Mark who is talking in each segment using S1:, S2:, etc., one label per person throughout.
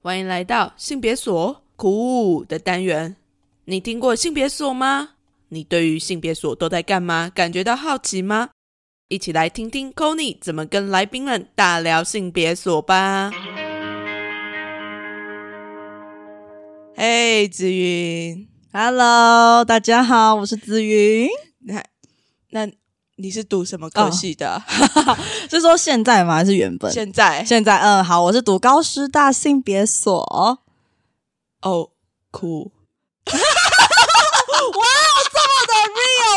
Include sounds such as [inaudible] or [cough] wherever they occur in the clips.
S1: 欢迎来到性别所酷的单元。你听过性别所吗？你对于性别所都在干嘛感觉到好奇吗？一起来听听 c o n y 怎么跟来宾们大聊性别所吧。嘿，子云，
S2: Hello，大家好，我是子云。
S1: 那你是读什么科
S2: 哦
S1: 系的啊？
S2: 是说现在吗？还是原
S1: [laughs]
S2: 本？
S1: 现在
S2: 哦现在，嗯，好，我是读高师大性别所。
S1: 哦，酷，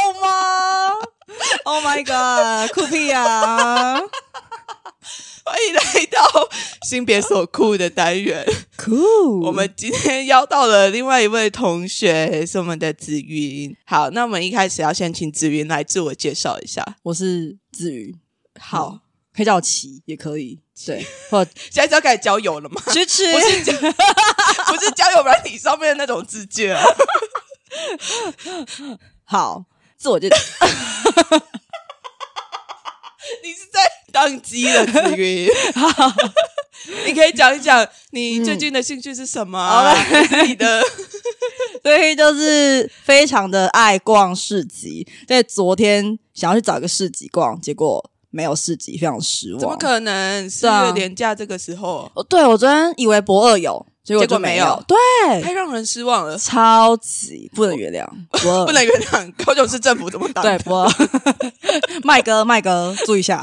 S2: 有吗？Oh my god，酷屁啊！
S1: 欢迎来到性别所酷的单元。
S2: 酷，
S1: 我们今天邀到了另外一位同学，是我们的子云。好，那我们一开始要先请子云来自我介绍一下。
S2: 我是子瑜，
S1: 好，
S2: 可以叫我琪也可以，对，或
S1: 现在是要开始交友了 [laughs] 吗？
S2: 琪琪。
S1: 不是交不是交友软体上面的那种字界哦。
S2: 好，自我介，
S1: [laughs] 你是在当机了，子云。你可以讲一讲你最近的兴趣是什么啊？是你 [laughs] 的
S2: 所以就是非常的爱逛市集。对，昨天想要去找一个市集逛，结果没有市集，非常失望。
S1: 怎么可能？四
S2: 对啊
S1: 月连假这个时候
S2: 哦，对我昨天以为博二有，结果
S1: 结果
S2: 就
S1: 没
S2: 没
S1: 有
S2: 对，
S1: 太哎让人失望了，
S2: 超级不能原谅，博
S1: [laughs]
S2: 二
S1: 不能原谅高雄市政府怎么打
S2: 对
S1: 的？
S2: 博二， [laughs] 麦哥麦哥注意
S1: [laughs]
S2: 一下，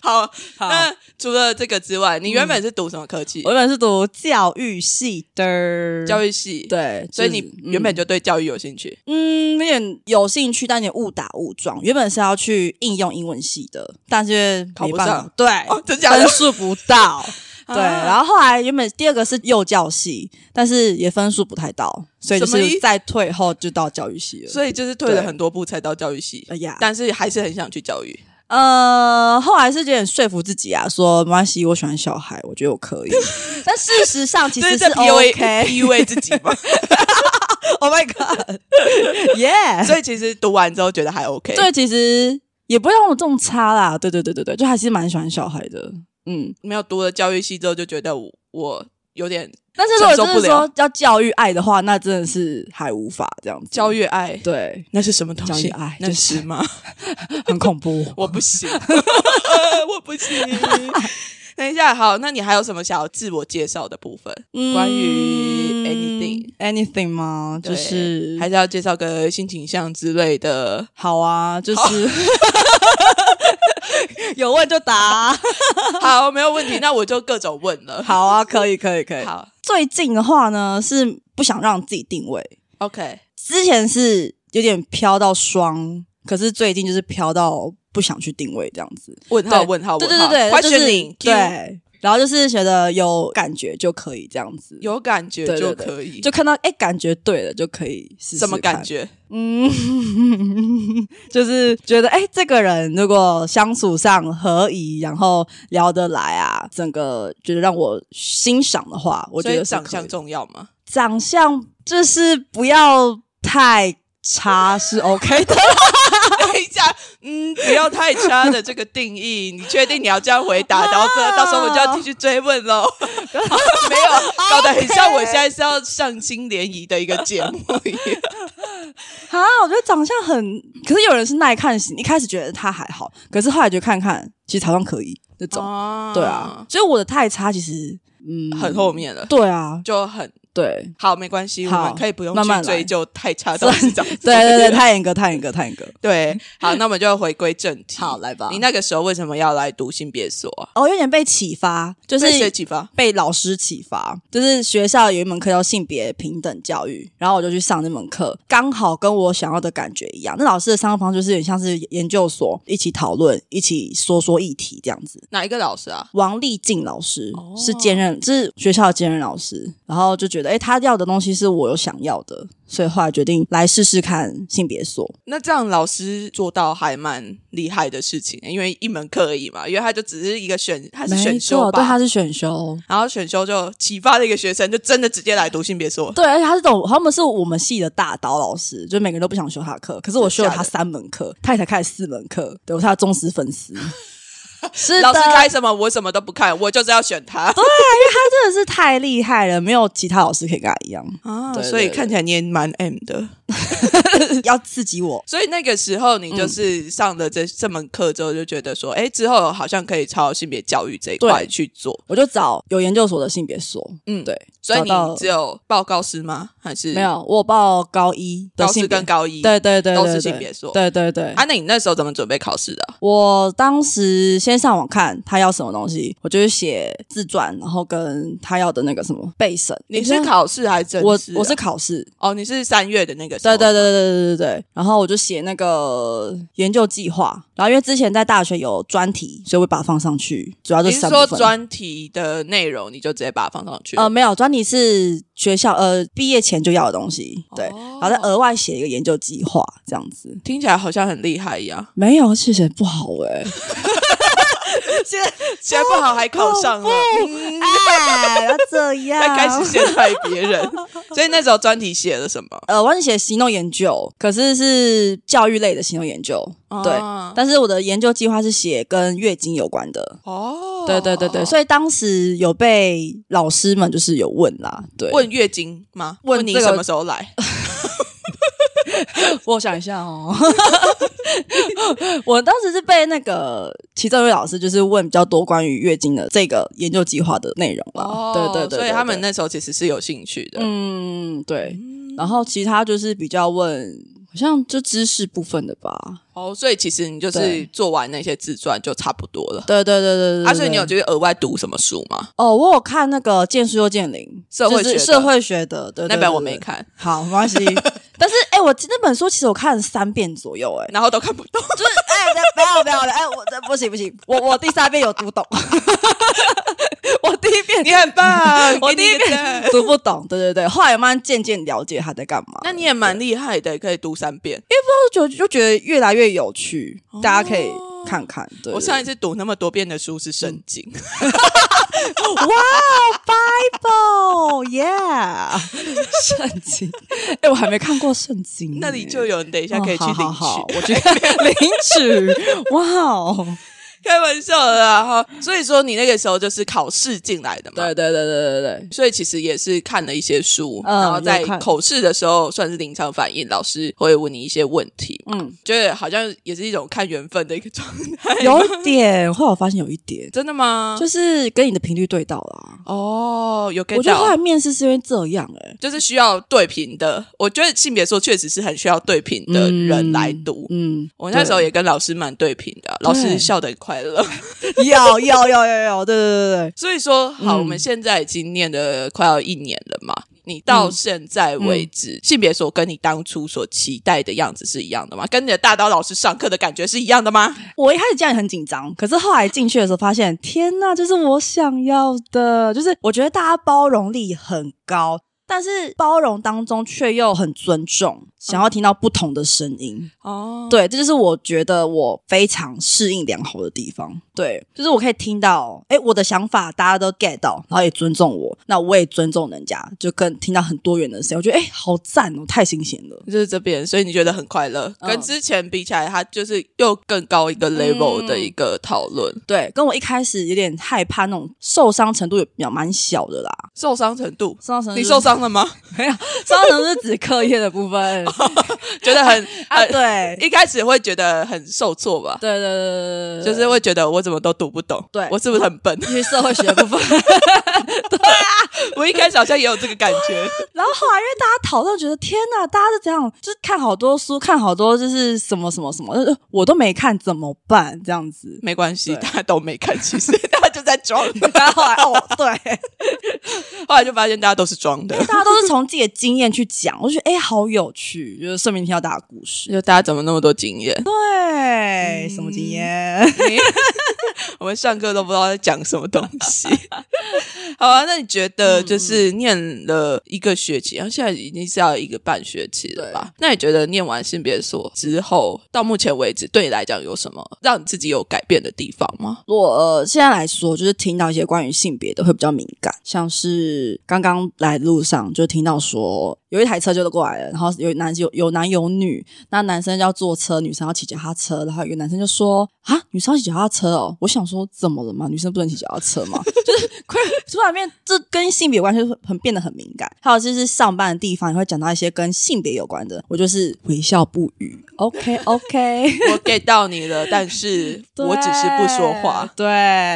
S1: 好，嗯
S2: 好
S1: 那除了这个之外，你原本是读什么科技？
S2: 我原本是读教育系的，
S1: 教
S2: 育
S1: 育系。，
S2: 对，
S1: 所以
S2: 嗯就
S1: 你
S2: 是嗯
S1: 原本就对教育有兴趣。
S2: 嗯嗯有点有兴趣，但有点误打误撞，原本是要去应用英文系的，但是
S1: 考
S2: 没
S1: 不
S2: 办法
S1: 上，
S2: 对，
S1: 哦，真假的
S2: 分？数不
S1: [laughs]
S2: 到。对，
S1: 啊
S2: 然后后来原本第二个是幼教系，但是也分数不太到，所以就
S1: 什么意
S2: 是在退后就到教育系了。
S1: 所以就是退了
S2: 对
S1: 很多步才到教育系，
S2: 哎呀，
S1: 但是还是很想去教育。
S2: 呃，后来是有点说服自己啊，说没关系，我喜欢小孩，我觉得我可以。 [laughs] 但事实上其
S1: 这
S2: 实
S1: 是
S2: 是
S1: 在 PUA
S2: OK。 [laughs]
S1: PUA 自己嘛。
S2: Oh my [laughs] god，yeah！
S1: 所以其实读完之后觉得还 OK。
S2: 对，其实也不会让我这么差啦。对对对对对，就还是蛮喜欢小孩的。嗯，
S1: 没有读了教育系之后就觉得我我有点
S2: 但是如果
S1: 承受
S2: 真的
S1: 不了
S2: 说要教育爱的话，那真的是还无法这样子。
S1: 教育爱，
S2: 对，
S1: 那是什么东西？
S2: 嗯教育爱
S1: 那
S2: 就是是
S1: 吗？ [laughs]
S2: 很恐怖。
S1: 我不
S2: [laughs]
S1: 行，我不行。 [laughs] 等一下，好，那你还有什么想要自我介绍的部分？关于 anything
S2: 嗯 anything 吗？就
S1: 对
S2: 是
S1: 还是要介绍个性倾向之类的。 [laughs]
S2: 好啊，就是 [laughs] 有问就答啊、
S1: 好，没有问题，那我就各种问 [laughs] 了。
S2: 好啊，可以可以可以。
S1: 好
S2: 最近的话呢，是不想让自己定位，
S1: ，OK，
S2: 之前是有点飘到双，可是最近就是飘到不想去定位这样子。
S1: 问号
S2: 对
S1: 问号
S2: 对
S1: 问
S2: 对对
S1: 号，
S2: 对，
S1: 快
S2: 就
S1: 选
S2: 是
S1: 你，
S2: 对，然后就是觉得有感觉就可以这样子，
S1: 有感觉
S2: 对
S1: 就
S2: 对对
S1: 可以。
S2: 就看到哎感觉对了就可以试试
S1: 什么感
S2: 看？
S1: 觉？
S2: 嗯， [laughs] 就是觉得哎、诶这个人如果相处上合宜，然后聊得来啊，整个觉得让我欣赏的话，我觉
S1: 所以
S2: 得是
S1: 长
S2: 可以
S1: 相
S2: 的
S1: 重要吗？ [laughs]
S2: 长相就是不要太差是 OK [laughs] 的。
S1: 等一下，嗯，不要太差的这个定义，你确定你要这样回答？然后这到时候我就要继续追问喽。
S2: 哦
S1: [laughs] 没有，搞得很像我现在是要上新联谊的一个节目一样。
S2: 啊，我觉得长相很，可是有人是耐看型，一开始觉得他还好，可是后来就看看，其实好像可以那
S1: [laughs]
S2: 种。
S1: 哦
S2: 对啊，，所以我的太差其实嗯
S1: 很后面了，
S2: 对啊，
S1: 就很
S2: 对
S1: 好，没关系，我
S2: 好
S1: 们可以不用
S2: 慢慢
S1: 去
S2: 来
S1: 追究太差到底是长
S2: 对对 [laughs] 对，太严格太严格太严格。
S1: 对，好，那我们就回归正题。
S2: 好，，来吧，
S1: 你那个时候为什么要来读性别所啊？
S2: 哦，有点被启发，就
S1: 被谁
S2: 是
S1: 启发？
S2: 被老师启发，就是学校有一门课叫性别平等教育，然后我就去上那门课，刚好跟我想要的感觉一样。那老师的上课方式就是有点像是研究所一起讨论，一起说说议题这样子。
S1: 哪一个老师啊？
S2: 王立静老师
S1: 哦
S2: 是兼任，是学校的兼任老师，然后就觉得，诶，他要的东西是我有想要的，所以后来决定来试试看性别所。
S1: 那这样老师做到还蛮厉害的事情，因为一门课而已嘛，因为他就只是一个选，他是选
S2: 没
S1: 修
S2: 错，对，
S1: 吧
S2: 他，是选修，
S1: 然后选修就启发了一个学生，就真的直接来读性别所。
S2: 对，而且他是懂，他们是我们系的大导老师，就每个人都不想
S1: [laughs]
S2: 修他的课，可是我修了他三门课，他也才开了四门课，对我是他的忠实粉丝。是
S1: 老师
S2: 的
S1: 开什么我什么都不看，我就是要选
S2: [laughs]
S1: 他
S2: 他真的是太厉害了，没有其他老师可以跟他
S1: [laughs]
S2: 一样，
S1: 啊
S2: 对对
S1: 所以
S2: 对
S1: 看起来你也蛮 M 的。
S2: 要刺激我。
S1: 所以那个时候你就是上了这、这门课之后，就觉得说，哎，之后好像可以朝性别教育这一块
S2: 对
S1: 去做。
S2: 我就找有研究所的性别所，
S1: 嗯，
S2: 对，
S1: 所以
S2: 找到
S1: 你只有报告师吗？还是
S2: 没？有，我有报高一的
S1: 高
S2: 性
S1: 师
S2: 别
S1: 跟高一。
S2: 对对对对
S1: 都
S2: 对
S1: 是性别所
S2: 对对对。
S1: 啊，那你那时候怎么准备考试的啊？
S2: 我当时先上网看他要什么东西，我就是写自传，然后跟他要的那个什么备审。
S1: 你是考试还是真
S2: 我
S1: 试啊
S2: 我是考试，
S1: 哦，你是三月的那个时候
S2: 对对对对对对对。然后我就写那个研究计划，然后因为之前在大学有专题，所以我把它放上去，主要就
S1: 你
S2: 是
S1: 是
S2: 三
S1: 说
S2: 部分。
S1: 专题的内容，你就直接把它放上去？
S2: 呃，没有，专题是学校呃毕业前就要的东西，对，
S1: 哦
S2: 然后再额外写一个研究计划这样子。
S1: 听起来好像很厉害一样，
S2: 没有，谢谢，不好
S1: [laughs]
S2: 哎、
S1: 现在 [laughs] 现在不好还考上了，
S2: 哦
S1: 嗯
S2: 哎，要这样
S1: 还开始陷害别人。所以那时候专题写了什么？
S2: 呃，我是写行动研究，可是是教育类的行动研究，对
S1: 啊。
S2: 但是我的研究计划是写跟月经有关的，
S1: 哦，
S2: 对对对对，所以当时有被老师们就是有问啦，对，
S1: 问月经吗？
S2: 问
S1: 问你
S2: 这个
S1: 什么时候
S2: [laughs]
S1: 来？
S2: 我想一下哦， [laughs] 我当时是被那个其中一位老师就是问比较多关于月经的这个研究计划的内容啦，对对对对
S1: 哦所以他们
S2: 对
S1: 那时候其实是有兴趣的。
S2: 嗯对，
S1: 嗯
S2: 然后其他就是比较问。好像就知识部分的吧，
S1: 哦，所以其实你就是
S2: 对
S1: 做完那些自传就差不多了。
S2: 对对对对对
S1: 啊，所以
S2: 对
S1: 你有就是额外读什么书吗？
S2: 哦，我有看那个《剑术又剑灵》，
S1: 社会
S2: 就是
S1: 学的
S2: 社会学的，对对
S1: 那
S2: 对
S1: 本我
S2: 对
S1: 没看，
S2: 好，没关系。 [laughs] 但是，哎、我那本书其实我看了三遍左右、哎，
S1: 然后都看不懂。 [laughs]
S2: 就是，哎、不要不要了，哎、我这不行不行，我我第三遍有读懂， [laughs] 我第一遍
S1: 你很棒，
S2: 我
S1: 给
S2: 第
S1: 你
S2: 一
S1: 个
S2: 遍
S1: 赞
S2: 读不懂，对对对，后来慢慢渐渐了解他在干嘛，
S1: 那你也蛮厉害的，可以读三遍。
S2: 就就就觉得越来越有趣，大家可以看看。对，嗯
S1: 我上一
S2: 次
S1: 次读那么多遍的书是《圣经》
S2: 哇，Bible，yeah，圣经，哎、我还没看过圣
S1: [laughs]
S2: 经、[laughs]
S1: 那里
S2: 哎
S1: 就有，你等一下可以去领取。
S2: 哦好好好我
S1: [laughs]
S2: 去领 [laughs] 取。哇哦，
S1: 开玩笑的啦哈。所以说你那个时候就是考试进来的嘛，
S2: 对对对对对对，
S1: 所以其实也是看了一些书，
S2: 嗯
S1: 然后在
S2: 有看
S1: 口试的时候算是临场反应，老师会问你一些问题，
S2: 嗯，
S1: 觉得好像也是一种看缘分的一个状态。 [laughs]
S2: 有一点，后来我发现有一点，
S1: 真的吗？
S2: 就是跟你的频率对到啦。
S1: 哦，有 get
S2: 我觉得后来
S1: 到。
S2: 面试是因为这样哎、
S1: 就是需要对平的，我觉得性别说确实是很需要对平的人来读。
S2: 嗯，
S1: 我那时候也跟老师蛮对平的，啊老师
S2: 对
S1: 笑得很快乐。 [laughs]
S2: 对有有有有有，对对对对，
S1: 所以说，好，
S2: 嗯
S1: 我们现在已经念了快要一年了嘛。你
S2: 嗯
S1: 到现在为止，性别所跟你当初所期待的样子是一样的吗？跟你的大刀老师上课的感觉是一样的吗？
S2: 我一开始这样也很紧张，可是后来进去的时候发现，天呐，这是我想要的，就是我觉得大家包容力很高。但是包容当中却又很尊重，想要听到不同的声音，
S1: 哦，
S2: 对，这就是我觉得我非常适应良好的地方。对，就是我可以听到，哎，我的想法大家都 get 到，然后也尊重我，那我也尊重人家，就更听到很多元的声音，我觉得哎，诶好赞哦，太新鲜了。
S1: 就是这边，所以你觉得很快乐，
S2: 嗯
S1: 跟之前比起来，它就是又更高一个 level 的一个讨论，
S2: 对，跟我一开始有点害怕那种受伤程度也比较蛮小的啦。
S1: 受伤程度。
S2: 受伤程度
S1: 你
S2: 就是，
S1: 受伤了吗？ [laughs]
S2: 没有？受伤程度是指课业的部分
S1: 觉得很
S2: 啊？
S1: 很
S2: 对，
S1: 一开始会觉得很受挫吧，
S2: 对对对对对对，
S1: 就是会觉得我怎么都读不懂，
S2: 对
S1: 我是不是很笨？ [laughs]
S2: 去社会学的部分。
S1: 我一开始好像也有这个感觉，
S2: 然后后来因为大家讨论，觉得天呐，大家是怎样，就是看好多书，看好多就是什么什么什么，呃我都没看，怎么办？这样子。
S1: 没关系，
S2: 对
S1: 大家都没看，其实 [laughs] 大家就在装。
S2: [laughs] 然后后来哦，对， [laughs]
S1: 后来就发现大家都是装的，
S2: 大家都是从自己的经验去讲，我就觉得哎、好有趣，就是顺便听到大家的故事。嗯
S1: 就大家怎么那么多经验？
S2: 对，什么经验？
S1: [laughs] 我们上课都不知道在讲什么东西。 [laughs] 好啊，那你觉
S2: 嗯
S1: 得就是念了一个学期，然后现在已经是要一个半学期了吧？那你觉得念完性别所之后，到目前为止对你来讲有什么让你自己有改变的地方吗？
S2: 我、呃、现在来说，就是听到一些关于性别的会比较敏感，像是刚刚来路上就听到说，有一台车就过来了，然后有男有有男有女，那男生要坐车，女生要骑脚踏车，然后有个男生就说啊，女生要骑脚踏车哦，我想说怎么了嘛，女生不能骑脚踏车嘛， [laughs] 就是快突然变，这跟性别有关系，很变得很敏感。还有就是上班的地方也会讲到一些跟性别有关的，我就是微笑不语，OK OK。
S1: 我 get 到你了，但是
S2: [laughs] 对
S1: 我只是不说话。。
S2: 对，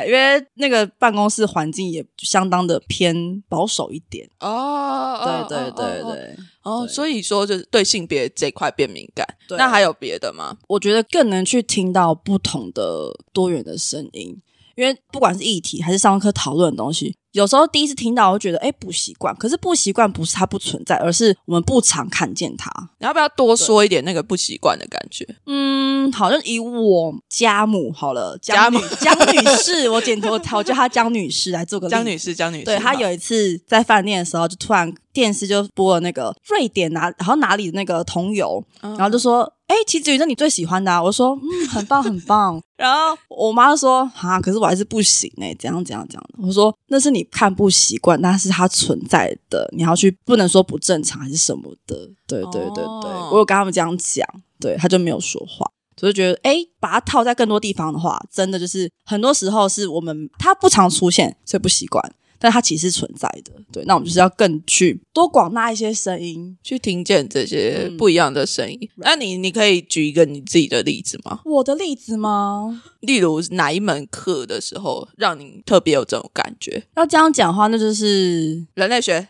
S2: 因为那个办公室环境也相当的偏保守一点。
S1: 哦
S2: 对对对对，
S1: 哦，
S2: 对
S1: 所以说就是对性别这块变敏感。
S2: 对
S1: 那还有别的吗？
S2: 我觉得更能去听到不同的多元的声音。因为不管是议题还是上课讨论的东西，有时候第一次听到，我会觉得哎不习惯。可是不习惯不是它不存在，而是我们不常看见它。
S1: 你要不要多说一点那个不习惯的感觉？
S2: 嗯，好像以我家母好了，
S1: 家
S2: 江
S1: 母
S2: 女江 [laughs] 女士，我简我我叫她江女士来做个例子
S1: 江女士，江女士，
S2: 对她
S1: 好
S2: 有一次在饭店的时候，就突然电视就播了那个瑞典哪，好像哪里的那个桐油，
S1: 嗯
S2: 然后就说：“哎、其实宇这你最喜欢的、啊。”我说：“嗯，很棒，很棒。”然后我妈就说：“啊，可是我还是不行哎、怎样怎样怎样。”我说：“那是你看不习惯，但是它存在的，你要去不能说不正常还是什么的。”对对对对，
S1: 哦
S2: 我有跟他们这样讲，对，他就没有说话。我就觉得，哎，把它套在更多地方的话，真的就是很多时候是我们它不常出现，所以不习惯，但它其实是存在的。对，那我们就是要更去多广纳一些声音。
S1: 去听见这些
S2: 嗯
S1: 不一样的声音。那你你可以举一个你自己的例子吗？
S2: 我的例子吗？
S1: 例如哪一门课的时候让你特别有这种感觉？
S2: 要这样讲的话，那就是
S1: 人类学，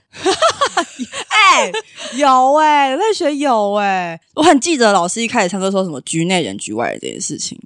S2: 哎、 [laughs] 有哎、人类学有哎、我很记得老师一开始上课说什么局内人、局外人这件事情，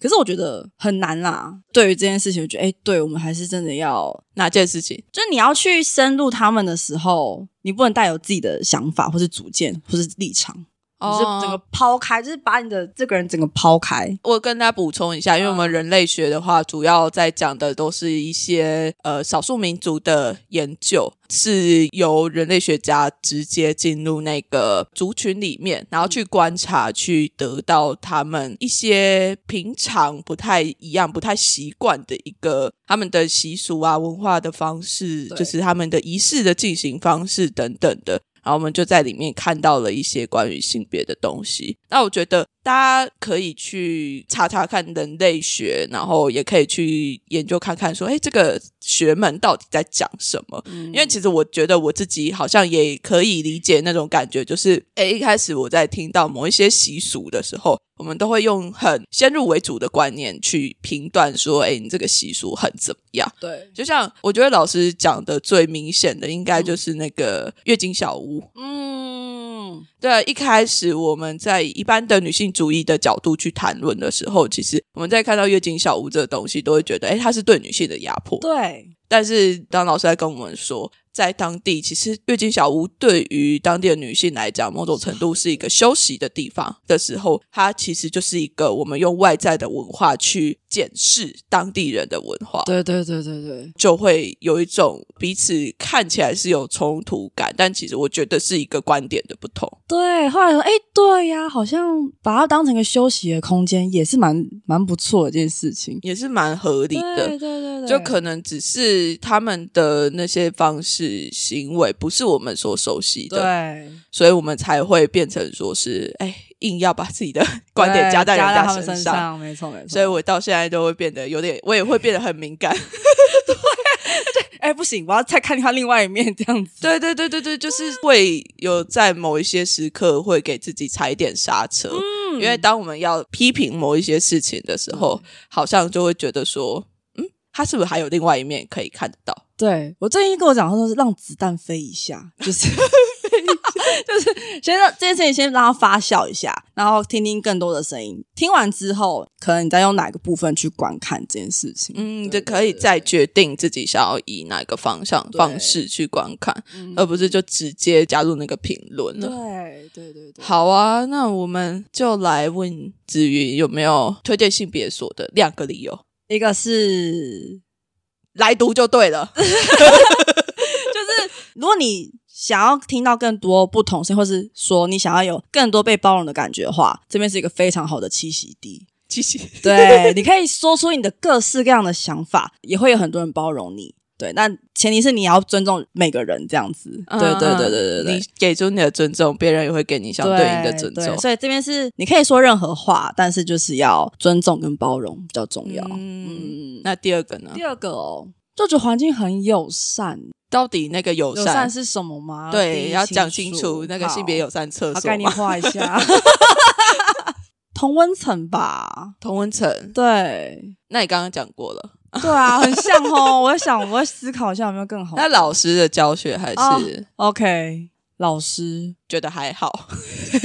S2: 可是我觉得很难啦。对于这件事情，我觉得哎、对我们还是真的要
S1: 哪件事情？
S2: 就是你要去深入他们的时候，你不能带有自己的想法或是主见或是立场，你是整个抛开，就是把你的这个人整个抛开。
S1: 我跟大家补充一下，因为我们人类学的话，主要在讲的都是一些呃少数民族的研究，是由人类学家直接进入那个族群里面，然后去观察，去得到他们一些平常不太一样、不太习惯的一个他们的习俗啊、文化的方式，
S2: 对
S1: 就是他们的仪式的进行方式等等的。然后我们就在里面看到了一些关于性别的东西。那我觉得大家可以去查查看人类学，然后也可以去研究看看说，哎，这个学门到底在讲什么？因为其实我觉得我自己好像也可以理解那种感觉，就是诶，一开始我在听到某一些习俗的时候，我们都会用很先入为主的观念去评断说，诶，你这个习俗很怎么样？
S2: 对，
S1: 就像我觉得老师讲的最明显的，应该就是那个月经小屋。
S2: 嗯，
S1: 对，啊一开始我们在以一般的女性主义的角度去谈论的时候，其实我们在看到月经小屋这个东西，都会觉得，诶，它是对女性的压迫。
S2: 对，
S1: 但是当老师在跟我们说，在当地其实月经小屋对于当地的女性来讲，某种程度是一个休息的地方的时候，它其实就是一个我们用外在的文化去检视当地人的文化。
S2: 对对对对对，
S1: 就会有一种彼此看起来是有冲突感，但其实我觉得是一个观点的不同。
S2: 对。后来说，哎，对呀，好像把它当成一个休息的空间，也是蛮蛮不错的一件事情。
S1: 也是蛮合理的
S2: 对。对对，
S1: 就可能只是他们的那些方式行为不是我们所熟悉的，
S2: 对
S1: 所以我们才会变成说是哎，硬要把自己的观点加在
S2: 对
S1: 人
S2: 加在他
S1: 家
S2: 们
S1: 身上。
S2: 上，没错没错。
S1: 所以我到现在都会变得有点，我也会变得很敏感。
S2: 哎不行，我要再看他另外一面，这样子。
S1: 对对对对对，就是会有在某一些时刻会给自己踩一点刹车，
S2: 嗯
S1: 因为当我们要批评某一些事情的时候，好像就会觉得说，嗯，他是不是还有另外一面可以看得到？
S2: 对我最近跟我讲，他说是让子弹飞一下，就是
S1: [laughs]
S2: 就是先让这件事情先让它发酵一下，然后听听更多的声音。听完之后，可能你再用哪个部分去观看这件事情。
S1: 嗯，就
S2: 对
S1: 可以
S2: 对
S1: 再决定自己想要以哪个方向
S2: 对
S1: 方式去观看，而不是就直接加呃入那个评论了。
S2: 嗯对对对对，
S1: 好啊，那我们就来问子云有没有推荐性别所的两个理由，
S2: 一个是
S1: 来读就对了。 [laughs]
S2: 如果你想要听到更多不同声音，或是说你想要有更多被包容的感觉的话，这边是一个非常好的栖息 [laughs] 地。
S1: 其实，
S2: 对，你可以说出你的各式各样的想法，也会有很多人包容你。对，那前提是你要尊重每个人这样子。对对对对对对，
S1: 嗯你给出你的尊重，别人也会给你相对应的尊重。
S2: 所以这边是你可以说任何话，但是就是要尊重跟包容比较重要。
S1: 嗯，
S2: 嗯，
S1: 那第二个呢？
S2: 第二个哦，就觉得环境很友善，
S1: 到底那个友
S2: 友善是什么吗？
S1: 对
S2: 定义
S1: 要讲清楚那个性别友
S2: 好
S1: 善厕
S2: 好
S1: 所
S2: 概念
S1: 嘛？
S2: 化一 [laughs] 下，同温层吧。
S1: 同温层，
S2: 对，
S1: 那你刚刚讲过了。
S2: 对 [laughs] 啊，很像哦。我想，我会思考一下有没有更好。
S1: 那老师的教学还
S2: 哦
S1: 是
S2: OK，老师，
S1: 觉得还
S2: [laughs]
S1: 好，现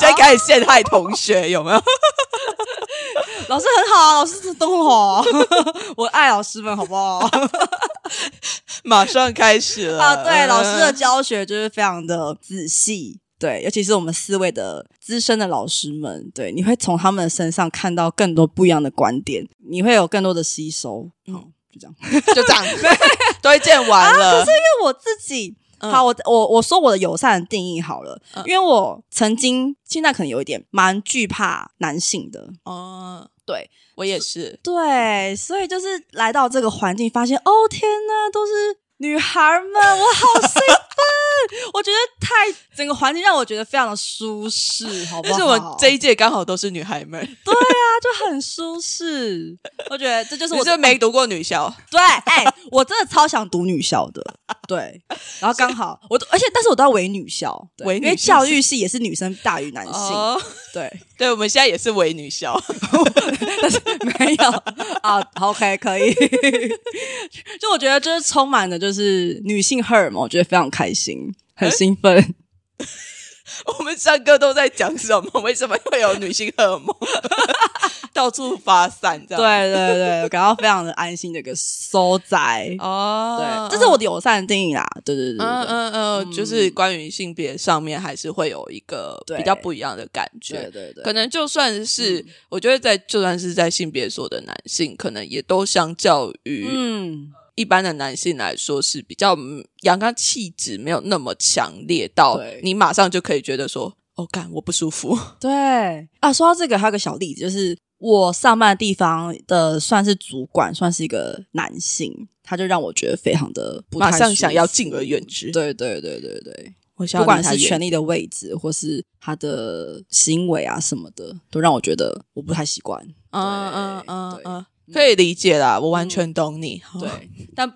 S1: 在开始陷害同学有
S2: [laughs]
S1: 没有？
S2: 老师很好啊，老师真的都很好啊， [laughs] 我爱老师们，好不 [laughs] 好？
S1: 马上开始了嗯
S2: 啊，对，老师的教学就是非常的仔细，对，尤其是我们四位的资深的老师们，对，你会从他们身上看到更多不一样的观点，你会有更多的吸收。好，就这样。
S1: [laughs] 就
S2: [laughs]
S1: 这样推荐完了，
S2: 因为我自己。好，我我我说我的友善的定义好了，
S1: 嗯
S2: 因为我曾经现在可能有一点蛮惧怕男性的，
S1: 哦，
S2: 对，
S1: 我也是，
S2: 对，所以就是来到这个环境，发现哦天呐，都是女孩们，我好兴
S1: [laughs]
S2: 奋！我觉得太整个环境让我觉得非常的舒适，好不
S1: 但
S2: 好？
S1: 是我这一届刚好都是女孩们，
S2: 对啊，就很舒适。我觉得这就是
S1: 你
S2: 我
S1: 是不是没读过女校，
S2: [laughs] 对，哎、我真的超想读女校的，对。然后刚好我都，而且但是我都要为女校，对
S1: 唯
S2: 因
S1: 女
S2: 为
S1: 校
S2: 教育系也是女生大于男性，
S1: 哦，
S2: 对， [laughs]
S1: 对，我们现在也是伪女校， [laughs]
S2: 没有啊，OK，可以。 [laughs] 就我觉得就是充满了就是女性荷尔蒙，我觉得非常开心，很兴奋。
S1: 我们上课都在讲什么？ [laughs] 为什么会有女性荷尔蒙 [laughs] 到处发散？这
S2: 对
S1: 样
S2: [laughs] 对对，我感到非常的安心的一个收宅。
S1: 哦
S2: 对，这是我的友善定义啦。对对对对
S1: 嗯
S2: 对
S1: 嗯嗯，就是关于性别上面，还是会有一个
S2: 对
S1: 比较不一样的感
S2: 对
S1: 觉。
S2: 对对嗯
S1: 可
S2: 对，
S1: 能就算是我觉得在就算是在性别所的男性，可能也都相较于
S2: 嗯，
S1: 一般的男性来说是比较嗯阳刚气质没有那么强烈到
S2: 对
S1: 你马上就可以觉得说哦，干我不舒服。
S2: 对啊。说到这个，还有个小例子，就是我上班的地方的算是主管，算是一个男性，他就让我觉得非常的不太
S1: 马上
S2: 舒
S1: 想要
S2: 服
S1: 敬而远之
S2: 对对对对对。
S1: 我想
S2: 不管是
S1: 权
S2: 权力的位置，或是他的行为啊什么的，都让我觉得我不太习惯。
S1: 嗯嗯嗯
S2: 对
S1: 嗯，可以理解啦，我完全懂你。
S2: 嗯对，但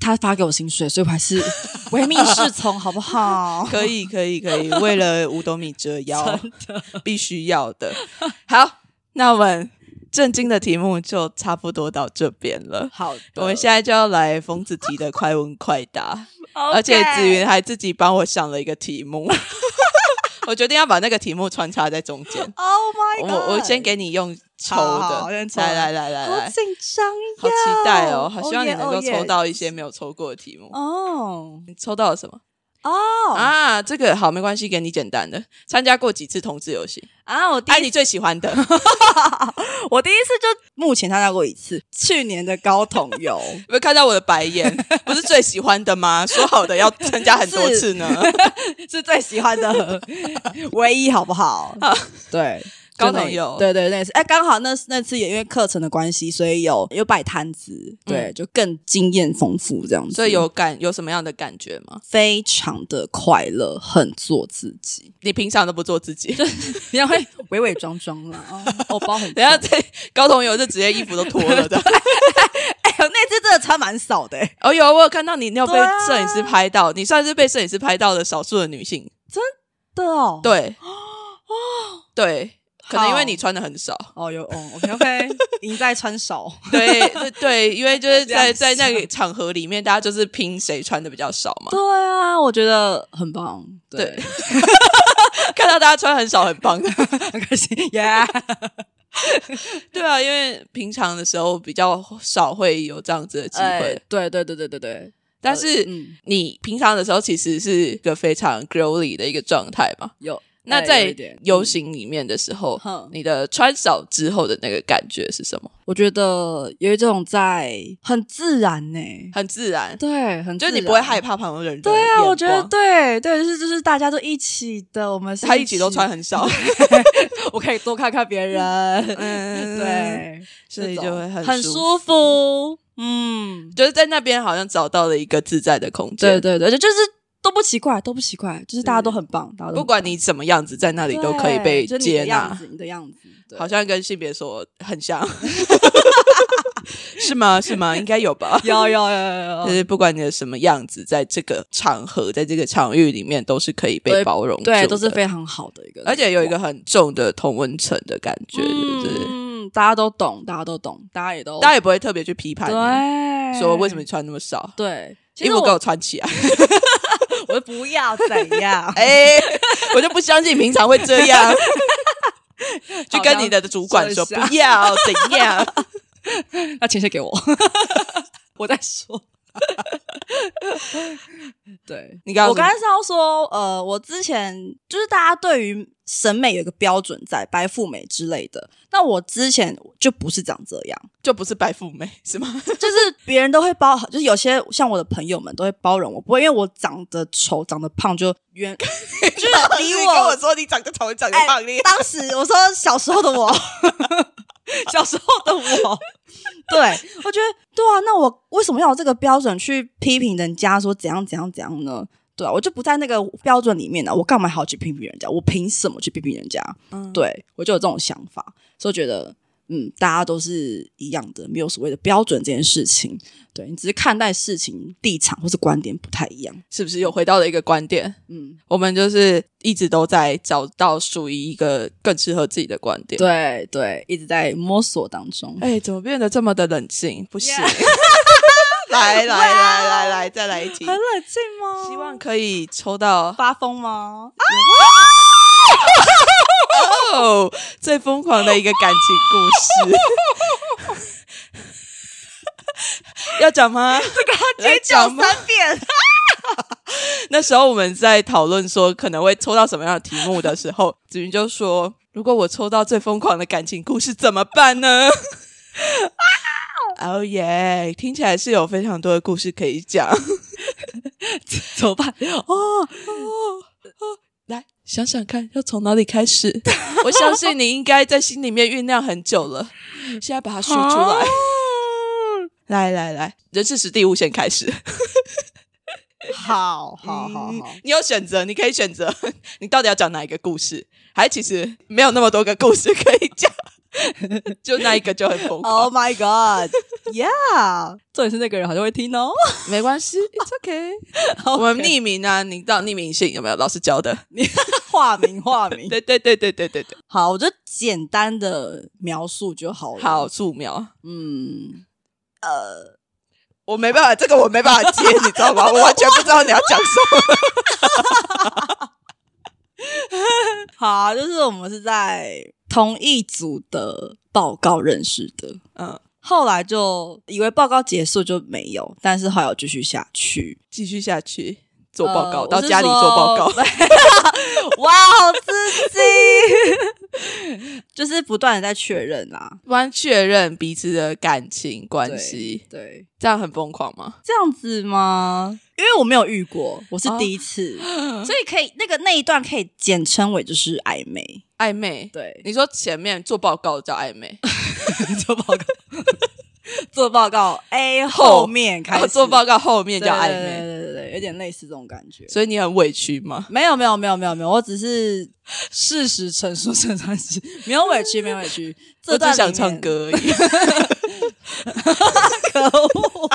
S2: 他发给我薪水，所以我
S1: [laughs]
S2: 还是唯命是从，好不好？
S1: 可以可以可以，为了五斗米折
S2: [laughs]
S1: 腰，必须要的。好，那我们震惊的题目就差不多到这边了。
S2: 好的，
S1: 我们现在就要来疯子题的快问快
S2: [laughs]
S1: 答，而
S2: 而
S1: 且子云还自己帮我想了一个题
S2: [laughs]
S1: 目， [laughs] 我决定要把那个题目穿插在中间。
S2: ，Oh my
S1: 我
S2: god！
S1: 我先给你用抽
S2: 好好好
S1: 的，
S2: 先抽
S1: 来来来来
S2: 好
S1: 来，
S2: 紧张呀，
S1: 好期待哦！好希望你
S2: 耶
S1: 能够抽。到一些没有抽过的题目。
S2: 哦
S1: 你抽到了什么
S2: 哦
S1: 啊？这个好没关系，给你简单的。参加过几次同志游戏？
S2: 啊！我第
S1: 哎，你最喜欢的？ [laughs]
S2: 我第一次就目前参加过一次，去年的高筒
S1: [laughs]
S2: 游。
S1: 有没有看到我的白眼？不是最喜欢的吗？说好的要参加很多次
S2: [laughs]
S1: 呢。
S2: 是最喜欢的唯一，好不好？
S1: [laughs]
S2: 对，
S1: 啊高
S2: 就那
S1: 筒有
S2: 对对那次，哎，刚好那那次也因为课程的关系，所以有有摆摊子，对，就更经验丰富这样子，
S1: 嗯所以有感有什么样的感觉吗？
S2: 非常的快乐，很做自
S1: [laughs]
S2: 己，
S1: 你平常都不做自己，
S2: 你 [laughs] 会伪伪装装啦，
S1: [laughs]
S2: 哦，我包很
S1: 等一下这 [laughs] 高同游就直接衣服都脱了的。
S2: 哎呦，那次真的穿蛮少的，哎
S1: 哦，有我有看到你，你有被
S2: 对啊
S1: 摄影师拍到，你算是被摄影师拍到的少数的女性。
S2: 对哦，，
S1: 对，对，可能因为
S2: 好
S1: 你穿的很少。
S2: 哦有哦，OK [laughs] OK，赢在穿少，
S1: [laughs] 对对对，因为就是在
S2: 这
S1: 在
S2: 样
S1: 那个场合里面，大家就是拼谁穿的比较少嘛
S2: 对。啊，我觉得很棒，对，
S1: 看到大家穿很少， [laughs] 很棒。
S2: 很开心，耶，
S1: [laughs] 对啊，因为平常的时候比较少会有这样子的机会，
S2: 哎对对对对对对，
S1: 但是、
S2: 嗯
S1: 你平常的时候其实是个非常 girly 的一个状态嘛。
S2: 有。
S1: 那
S2: 哎有
S1: 在
S2: 一点
S1: 游行里面的时候，
S2: 哼
S1: 你的穿少之后的那个感觉是什么？
S2: 我觉得有一种在很自然呢、
S1: 很自然，
S2: 对，很
S1: 就是你不会害
S2: 怕。
S1: 怕旁边人的
S2: 对啊，
S1: 眼
S2: 我觉得
S1: 光
S2: 对对，就是就是大家都一起的，我们是
S1: 他一起都穿，很少，
S2: [laughs] 我可以多看看别人，
S1: 嗯，
S2: [laughs] 对，
S1: [laughs] 所以
S2: 这
S1: 就
S2: 种
S1: 会
S2: 很
S1: 舒服。
S2: 舒服。嗯，
S1: 就是在那边好像找到了一个自在的空间。
S2: 对对对，就就是都不奇怪，都不奇怪，就是大家都很棒，大家都
S1: 不管你怎么样子，在那里都可以被接纳，
S2: 你的样子，你的样子，
S1: 好像跟性别所很像，
S2: [laughs]
S1: 是吗？是吗？应该有吧。
S2: 有有有
S1: 就
S2: 有有。
S1: 是不管你的什么样子，在这个场合，在这个场域里面，都是可以被
S2: 对
S1: 包容住
S2: 对，
S1: 的
S2: 都是非常好的一个，
S1: 而且有一个很重的同温层的感觉，对不对？
S2: 嗯，大家都懂，大家都懂，大家也都
S1: 大家也不会特别去批判你，
S2: 对，
S1: 说为什么你穿那么少，
S2: 对，其
S1: 衣
S2: 实
S1: 服
S2: 我
S1: 给我穿起来。，
S2: 我不要怎样
S1: [laughs] 哎，我就不相信平常会这
S2: [laughs]
S1: 样。就跟你的主管说
S2: 好像
S1: 不要怎样，
S2: [laughs] 那钱先给
S1: [laughs]
S2: 我，我再说。 [laughs] 对
S1: 你刚刚
S2: 我
S1: 说
S2: 刚才是要说，呃，我之前就是大家对于审美有一个标准在，白富美之类的。那我之前就不是长这样，
S1: 就不是白富美是吗？
S2: 就是别人都会包，就是有些像我的朋友们都会包容我，不会因为我长得丑、长得胖就原 [laughs] 就是
S1: 你
S2: 离
S1: 跟
S2: 我
S1: 我说你长得丑，你长得
S2: 哎
S1: 胖，你
S2: 当时我说小时候的我，小时候的
S1: [laughs]
S2: 我，对我觉得对啊，那我为什么要有这个标准去批评人家说怎样怎样怎样呢？对啊，我就不在那个标准里面呢，我干嘛还要去批评人家？我凭什么去批评人家？
S1: 嗯
S2: 对我就有这种想法，所以我觉得。嗯，大家都是一样的，没有所谓的标准这件事情。对你只是看待事情立场或是观点不太一样。
S1: 是不是又回到了一个观点？
S2: 嗯，
S1: 我们就是一直都在找到属于一个更适合自己的观点。，
S2: 对对，一直在摸索当中。
S1: 哎、怎么变得这么的冷静？不
S2: [laughs]
S1: 行来来来
S2: 啊
S1: 来来，再来一题。
S2: 冷静吗啊
S1: 希望可以抽到
S2: 发疯吗？
S1: 哦， [laughs] 最疯狂的一个感情故事。 [laughs] 要讲吗？ [laughs] 这个要讲吗？
S2: 遍，
S1: [laughs] 那时候我们在讨论说可能会抽到什么样的题目的时候， [laughs] 子云就说：“如果我抽到最疯狂的感情故事怎么办呢？” [laughs] 哦耶！听起来是有非常多的故事可以 [laughs] 讲。
S2: 怎么办？哦，
S1: 来想想看，要从哪里开始？哦 [laughs] 我相信你应该在心里面酝酿很久了，现在把它说出来。来来来，人事实地物先开始。
S2: [laughs] 好好好
S1: 嗯
S2: 好，
S1: 你有选择，你可以选择 [laughs] 你到底要讲哪一个故事，还其实没有那么多个故事可以讲， [laughs] 就那一个就很疯狂。
S2: Oh my god！Yeah，重 [laughs] 点是那个人好像会听 [laughs] 哦。
S1: 没关系，It's okay。我嗯们
S2: [laughs]
S1: 匿名啊，你到匿名信有没有？老师教的。
S2: 化名化名，
S1: 对对对对对对对。
S2: [laughs] 好，我就简单的描述就好了。
S1: 好，，素描，
S2: 嗯，
S1: 我没办法，这个我没办法接，你知道吗？我完全不知道你要讲什么。
S2: 好啊，就是我们是在同一组的报告认识的。
S1: 嗯，
S2: 后来就以为报告结束就没有，但是后来有继续下去，
S1: [laughs] 继续下去做报告，
S2: 呃
S1: 到家里做报告
S2: 我。 [laughs] 是说哇，好刺激！ [laughs] 就是不断的在确认啊，
S1: 完确认彼此的感情关
S2: 对
S1: 系，
S2: 对，
S1: 这样很疯狂吗？
S2: 这样子吗？因为我没有遇过，我是第一次，所以可以那个那一段可以简称为就是暧昧。
S1: 暧昧。
S2: 对，
S1: 你说前面做报告叫暧昧，
S2: 做报告，做报告 A
S1: 后
S2: 后面
S1: 然
S2: 开
S1: 后
S2: 始
S1: 哦做报告后面叫暧
S2: 对对
S1: 昧，
S2: 对对对，有点类似这种感觉。
S1: 所以你很委屈吗？
S2: 没有没有没有没有没有，我只是事实陈述这段事，没有委屈没有委屈。这
S1: 我
S2: 段
S1: 只
S2: 里
S1: 想唱
S2: 面，
S1: 歌 [laughs] 而已。
S2: 可恶！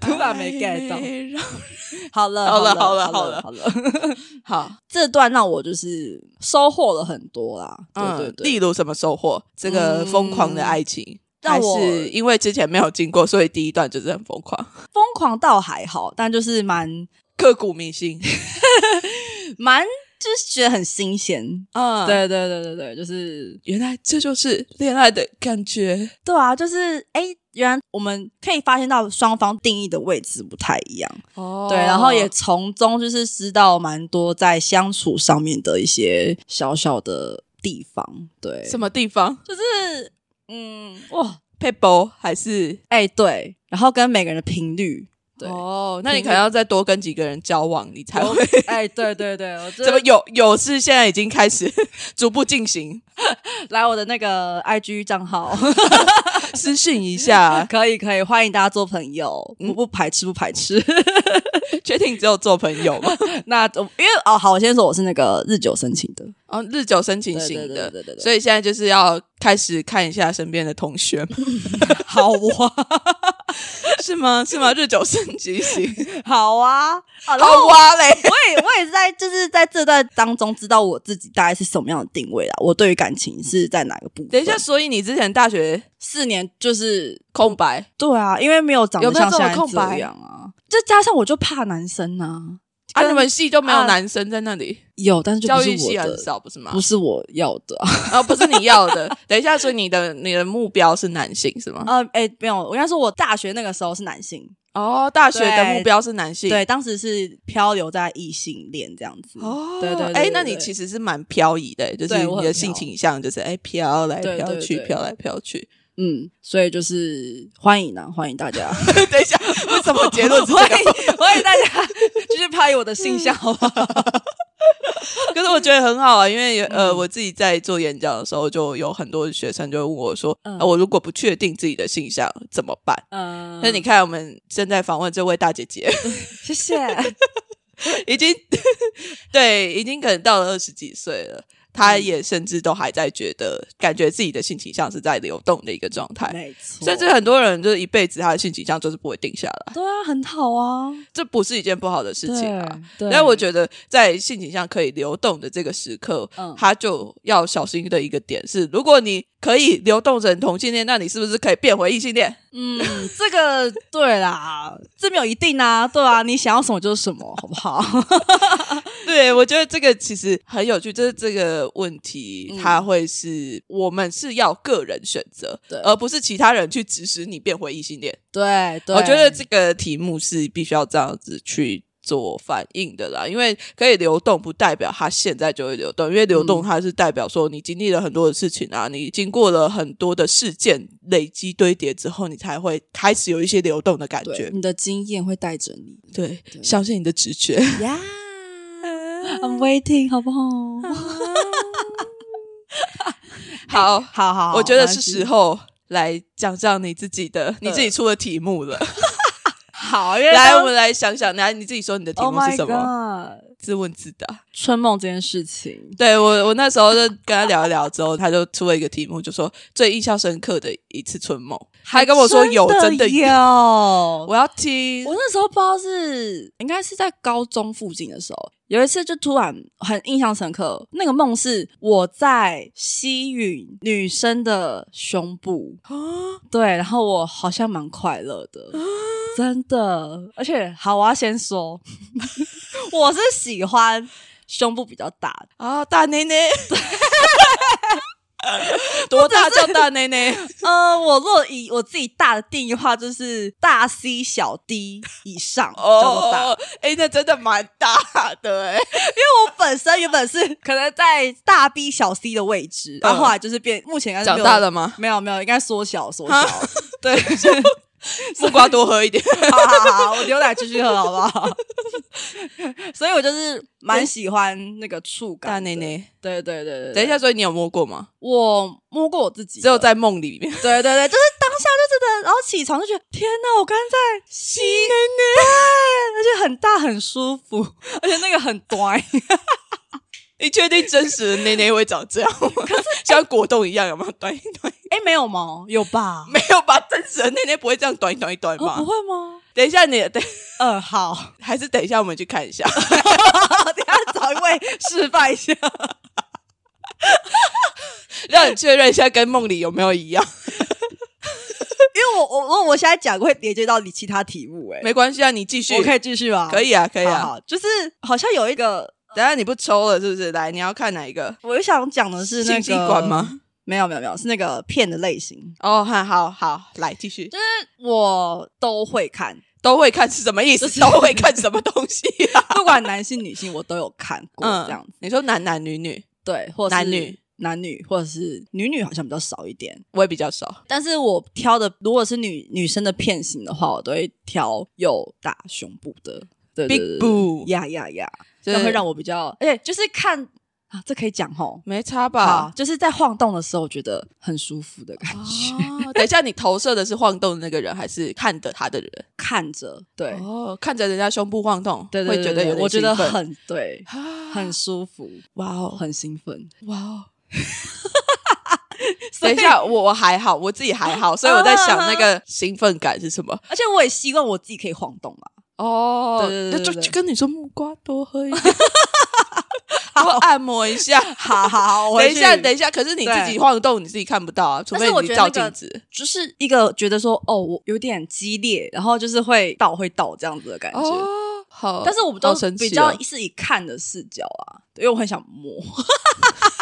S2: 突然没 get 到。
S1: 到。
S2: 好了
S1: 好了
S2: 好了
S1: 好了
S2: 了好了，
S1: 好，
S2: 这段让我就是收获了很多啦。
S1: 嗯，
S2: 对对对，
S1: 例如什么收获？这个疯狂的爱情，还
S2: 让我
S1: 是因为之前没有经过，所以第一段就是很疯 [laughs] 狂，
S2: 疯狂倒还好，但就是蛮
S1: 刻骨铭心。
S2: 蛮就是觉得很新鲜。
S1: 嗯，，
S2: 对对对对对，就是
S1: 原来这就是恋爱的感觉。
S2: 对啊，就是哎，原来我们可以发现到双方定义的位置不太一样。
S1: 哦
S2: 对，然后也从中就是知道蛮多在相处上面的一些小小的地方，对，
S1: 什么地方
S2: 就是嗯哇，
S1: ？People 还是
S2: 哎、对，然后跟每个人的频率，对，
S1: 哦，那你
S2: 频
S1: 可能要再多跟几个人交往，你才
S2: 我
S1: 会。 [laughs]
S2: 哎，对对对，我这
S1: 怎么有有是现在已经开始 [laughs] 逐步进行，
S2: 来我的那个 IG 账号？
S1: [laughs] 私讯一下，
S2: 可以可以，欢迎大家做朋友，
S1: 嗯
S2: 我不排斥不排斥。 [laughs]
S1: 确定只有做朋友吗？
S2: 那我因为哦，好，我先说我是那个日久生情的，
S1: [laughs] 哦，日久生情型
S2: 对对
S1: 的
S2: 对对对，对
S1: 所以现在就是要开始看一下身边的同学们，
S2: 好
S1: [laughs]
S2: 哇，
S1: 是吗？是吗？日久生情型，
S2: 好啊，好然后
S1: 好哇嘞，
S2: 我也我也是在就是在这段当中知道我自己大概是什么样的定位啦，我对于感情是在哪个部分？
S1: 等一下，，所以你之前大学
S2: 四年就是
S1: 空白，
S2: 对啊，因为没有长
S1: 有
S2: 得
S1: 没有
S2: 像
S1: 这么
S2: 现在
S1: 空白
S2: 这样啊，再加上我就怕男生啊，
S1: 啊，
S2: 跟
S1: 你们系就没有
S2: 啊
S1: 男生在那里，
S2: 有，但是就不
S1: 教
S2: 是
S1: 育
S2: 我
S1: 系啊很
S2: 的，
S1: 少，不是吗
S2: 不？是我要的啊。
S1: 啊，不是你要的。等一下，所以你的你的目标是男性是
S2: [laughs]
S1: 吗？
S2: [laughs] 呃，哎、没有，我应该说我大学那个时候是男性，
S1: 哦，大学的
S2: 对
S1: 目标是男性，
S2: 对，当时是漂流在异性恋这样子。
S1: 哦，
S2: 对对对
S1: 哎
S2: 对，
S1: 那你
S2: 对
S1: 其实是蛮漂移的，欸就是
S2: 对我
S1: 你
S2: 很
S1: 的性
S2: 飘
S1: 倾向就是哎飘来
S2: 对
S1: 飘
S2: 对
S1: 去，
S2: 对
S1: 飘来飘去。
S2: 嗯，所以就是欢迎啊，欢迎大 [laughs] 家，
S1: [laughs] 等一下，为什么结论是
S2: 欢
S1: 这
S2: 迎
S1: 个？
S2: 欢迎大家， [laughs] 就是漂移我的性向，好不好？
S1: 可是我觉得很好啊，因为呃，我自己在做演讲的时候，就有很多学生就会问我说，
S2: 嗯
S1: 啊我如果不确定自己的性向怎么办？
S2: 嗯
S1: 那你看，我们正在访问这位大姐姐， [laughs]
S2: 谢谢。 [laughs]
S1: 已经对，已经可能到了二十几岁了，她也甚至都还在觉得，感觉自己的性倾向是在流动的一个状态。
S2: 没错，
S1: 甚至很多人就是一辈子他的性倾向就是不会定下来，
S2: 对啊，很好啊，
S1: 这不是一件不好的事情啊。
S2: 对，
S1: 但我觉得在性倾向可以流动的这个时刻，
S2: 嗯
S1: 他就要小心的一个点是，如果你可以流动成同性恋，那你是不是可以变回异性恋？ [laughs]
S2: 嗯，这个对啦，这没有一定啊，对啊，你想要什么就是什么，好不好？
S1: 对我觉得这个其实很有趣，就是这个问题，
S2: 嗯
S1: 它会是我们是要个人选择，
S2: 对
S1: 而不是其他人去指使你变回异性恋。
S2: 对，对
S1: 我觉得这个题目是必须要这样子去。做反应的啦，因为可以流动，不代表它现在就会流动，因为流
S2: 嗯
S1: 动它是代表说你经历了很多的事情啊，你经过了很多的事件累积堆叠之后，你才会开始有一些流动的感
S2: 对
S1: 觉。
S2: 你的经验会带着你
S1: 对，
S2: 对
S1: 相信你的直
S2: [laughs]
S1: 觉。
S2: 呀。I'm waiting，好不好？
S1: [laughs] 好，
S2: 好好
S1: 我觉得是时候来讲讲你自己的，你自己出的题目了。
S2: 好，
S1: 来，我们来想想，来你自己说你的题
S2: Oh
S1: 目
S2: my
S1: 是什么？
S2: god，
S1: 自问自答。
S2: 春梦这件事情，
S1: 对我，我那时候就跟他聊一聊之后，他就出了一个题目，就说最印象深刻的一次春梦，还跟我说有真的
S2: 有。我
S1: 我要听
S2: 我那时候不知道是应该是在高中附近的时候，有一次就突然很印象深刻，那个梦是我在吸吮女生的胸部，
S1: 啊，
S2: 对，然后我好像蛮快乐的，真的。而且好，我要先说， [laughs] 我是喜欢胸部比较大的，
S1: 啊，大内 [laughs] 内，多大叫大内内？
S2: 呃，我若以我自己大的定义的话，就是大 C 小 D 以上叫做大。
S1: 哦，哎，那真的蛮大的哎。
S2: 我本身原
S1: [laughs]
S2: 本是可能在大 B 小 C 的位置，然后后来就是变，目前应该是没
S1: 嗯长
S2: 有
S1: 大了吗？
S2: 没有没有，应该缩小缩小。对，
S1: [laughs] 木瓜多喝一点。
S2: [laughs] 好好好，我牛奶继续喝好不好？所以我就是蛮喜欢那个触
S1: [laughs]
S2: 感。
S1: 大内，内，
S2: 对对对对。
S1: 等一下，，所以你有摸过吗？
S2: 我摸过我自己的，
S1: 只有在梦里面。 [laughs]
S2: 对对对，就是当下就真的，然后起床就觉得天哪，我刚刚在吸奶奶，而且很大很舒服，
S1: [laughs]
S2: 而且那个很短。
S1: 你确定真实的内内会长这样吗？ [laughs] 像果冻一样，有没有短一短？
S2: [laughs] 哎，没有吗？有吧？
S1: [laughs] 没有吧？真实的内内不会这样短一短一短
S2: 哦
S1: 吧？
S2: 不会吗？
S1: 等一下你，等
S2: 嗯，好。
S1: 还是等一下，我们去看一
S2: [laughs]
S1: 下。 [laughs]
S2: 等一下找一位示范一下。
S1: 让你确认一下跟梦里有没有一样。 [laughs]
S2: 因为我我我我现在讲会连接到你其他题目、欸，
S1: 没关系啊，你继续，
S2: 我可以继续吗？
S1: [laughs] 可
S2: 以，
S1: 以啊，可
S2: 可
S1: 以啊。
S2: 好好就是好像有一个，
S1: 等一下你不抽了是不是？来，你要看哪一个？
S2: 我想讲的是那
S1: 性
S2: 个
S1: 器官？吗？
S2: 没有没有没有，是那个片的类型，
S1: 哦，好好好，来继续。
S2: 我都会看，
S1: 都会看是什么意思？
S2: 就
S1: [laughs]
S2: 是
S1: 都会看什么东西啊？
S2: [laughs]
S1: 嗯
S2: 不管男性女性我都有看过，这样子。
S1: 你说男男女女，
S2: 对，或是
S1: 男女
S2: 嗯男女或者是女女好像比较少一点，
S1: 我也比较少。
S2: 但是我挑的如果是女女生的片型的话，我都会挑有大胸部的，对
S1: Big
S2: 对对对
S1: boob
S2: 呀呀呀，
S1: 就
S2: 这
S1: 是
S2: 样会让我比较，而且就是看啊，这可以讲吼。
S1: 没差
S2: 啊
S1: [laughs] 吧，？
S2: 就是在晃动的时候，我觉得很舒服的感觉。
S1: 哦，等一下，你投射的是晃动的那个人，还是看着他的人？
S2: [laughs] 看着，对，
S1: 哦，看着人家胸部晃动，
S2: 对对
S1: 会
S2: 对
S1: 觉得
S2: 对
S1: 有点
S2: 我觉得
S1: 兴奋
S2: 很对，
S1: [sighs] 啊
S2: 很舒服，
S1: 哇哦
S2: 很兴奋。
S1: 哇 [laughs] 哦。
S2: 所
S1: 等
S2: 以嗯
S1: 一下，我我还好，我自己还
S2: [laughs]
S1: 好，所以我在想那个兴奋感是什么。
S2: 而且我也希望我自己可以晃动嘛。
S1: 哦
S2: 对对
S1: 那
S2: 对
S1: 就
S2: 对
S1: 就跟你说木瓜多喝一点， [laughs] 多按摩一下。
S2: [laughs] 好
S1: [laughs]
S2: 好好，
S1: 等一下，
S2: 等
S1: 等一下，可是你
S2: 对
S1: 自己晃动，你自己看不到啊，除
S2: 但
S1: 非
S2: 是我
S1: 你
S2: 觉得
S1: 照
S2: 那
S1: 镜
S2: 个
S1: 子。
S2: 就是一个觉得说，哦，我有点激烈，然后就是会倒会倒这样子的感觉。
S1: 哦，好，
S2: 嗯但是我
S1: 好
S2: 都
S1: 神奇
S2: 比较
S1: 哦
S2: 是以看的视角啊，因为我很想摸。
S1: [laughs]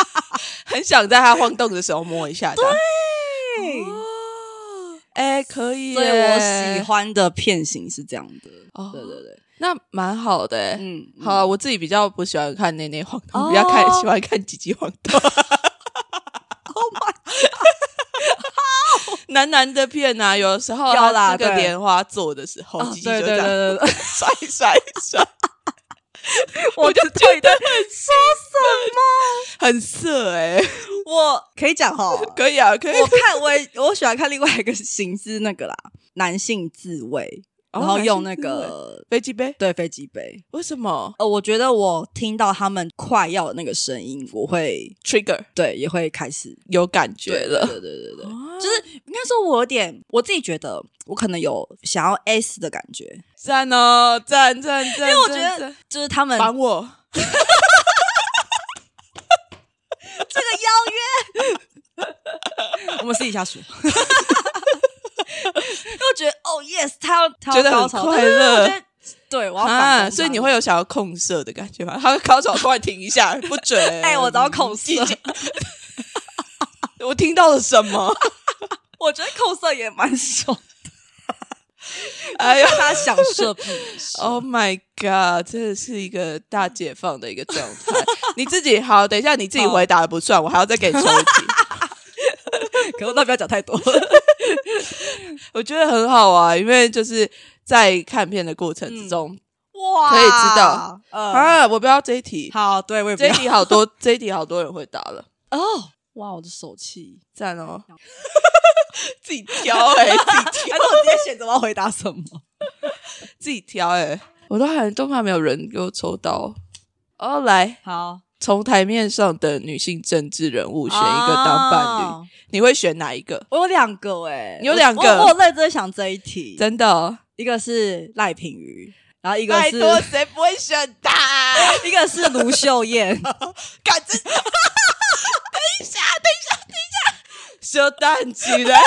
S1: 很想在它晃动的时候摸一下它。
S2: 嘿
S1: 哦，哎，可以耶，
S2: 所以我喜欢的片型是这样的。
S1: 哦
S2: 对对对，
S1: 那蛮好的欸。
S2: 嗯，
S1: 好啊，我自己比较不喜欢看内内晃动，
S2: 哦 Oh
S1: 比较看喜欢看鸡鸡晃
S2: [laughs]
S1: 动。oh my！男男的片啊，有时候
S2: 有啦
S1: 他那个
S2: 对
S1: 莲花座的时候，
S2: 啊
S1: 鸡鸡
S2: 对
S1: 就
S2: 对
S1: 这样
S2: [laughs] 对对，
S1: [laughs] 甩甩甩，
S2: 我就觉得
S1: 很色哎、
S2: 我可以讲 [laughs] 哈，
S1: 可以啊，可以。
S2: 我看我也我喜欢看另外一个形式那个啦，男性自慰，
S1: 哦
S2: 然后用那个、
S1: 飞机杯，
S2: 对飞机杯。
S1: 为什么
S2: 呃，我觉得我听到他们快要的那个声音，我会
S1: trigger
S2: 对也会开始
S1: 有感觉了？
S2: 对对对对对，
S1: 啊
S2: 就是应该说，我有点我自己觉得，我可能有想要 S 的感觉，
S1: [laughs] 赞哦，赞赞赞！因为
S2: 我觉得就是他们
S1: 绑我，
S2: 这个邀约，我 [laughs] 们私底下说。因为我觉得哦，yes，他要他要
S1: 觉得很
S2: 高潮
S1: 快
S2: 对对对
S1: 乐
S2: 我觉得对，我要反
S1: 啊，
S2: 攻
S1: 所以
S2: 他
S1: 你
S2: 们
S1: 会有想要控射的感觉吗？ [laughs] 他高潮突然停一
S2: [laughs]
S1: 下，不准。
S2: 哎，我找口
S1: 嗯
S2: 色，
S1: 寂静嗯我听到了什
S2: [laughs]
S1: 么？
S2: 我觉得口色也蛮爽，
S1: 哎呀
S2: 他想射 [laughs] 不射，
S1: ，Oh my god，真的是一个大解放的一个状
S2: [laughs]
S1: 态。你自己好，等一下你自己回答的不算，我还要再给你抽
S2: [laughs]
S1: 一题。
S2: 可是那不要讲太多。
S1: 我觉得很好啊，因为就是在看片的过程之中、
S2: 哇
S1: 可以知道，
S2: 嗯，
S1: 啊，我不要这一题，
S2: 好，对我也不
S1: 这一
S2: 要
S1: 题好多，这一题好多人会答了。
S2: 哦，哇，我的手 [laughs] 气，
S1: 赞哦！自己挑哎、自己
S2: 还是我直接选择我要回答什么？
S1: 自己挑哎、我都还都还没有人给我抽到哦。来，
S2: 好，
S1: 从台面上的女性政治人物选一个当伴侣，
S2: 侣。
S1: 你会选哪一个？
S2: 啊我有两个哎，
S1: 你有两个
S2: 我我有认真想这一题，
S1: 真的、哦，
S2: 一个是赖品妤，然后一个
S1: 拜
S2: 是
S1: 托，谁不会选他？
S2: [laughs] 一个是卢秀 [laughs] 燕，
S1: [laughs] 干真的！等一下，等一下，等一下，休蛋起来！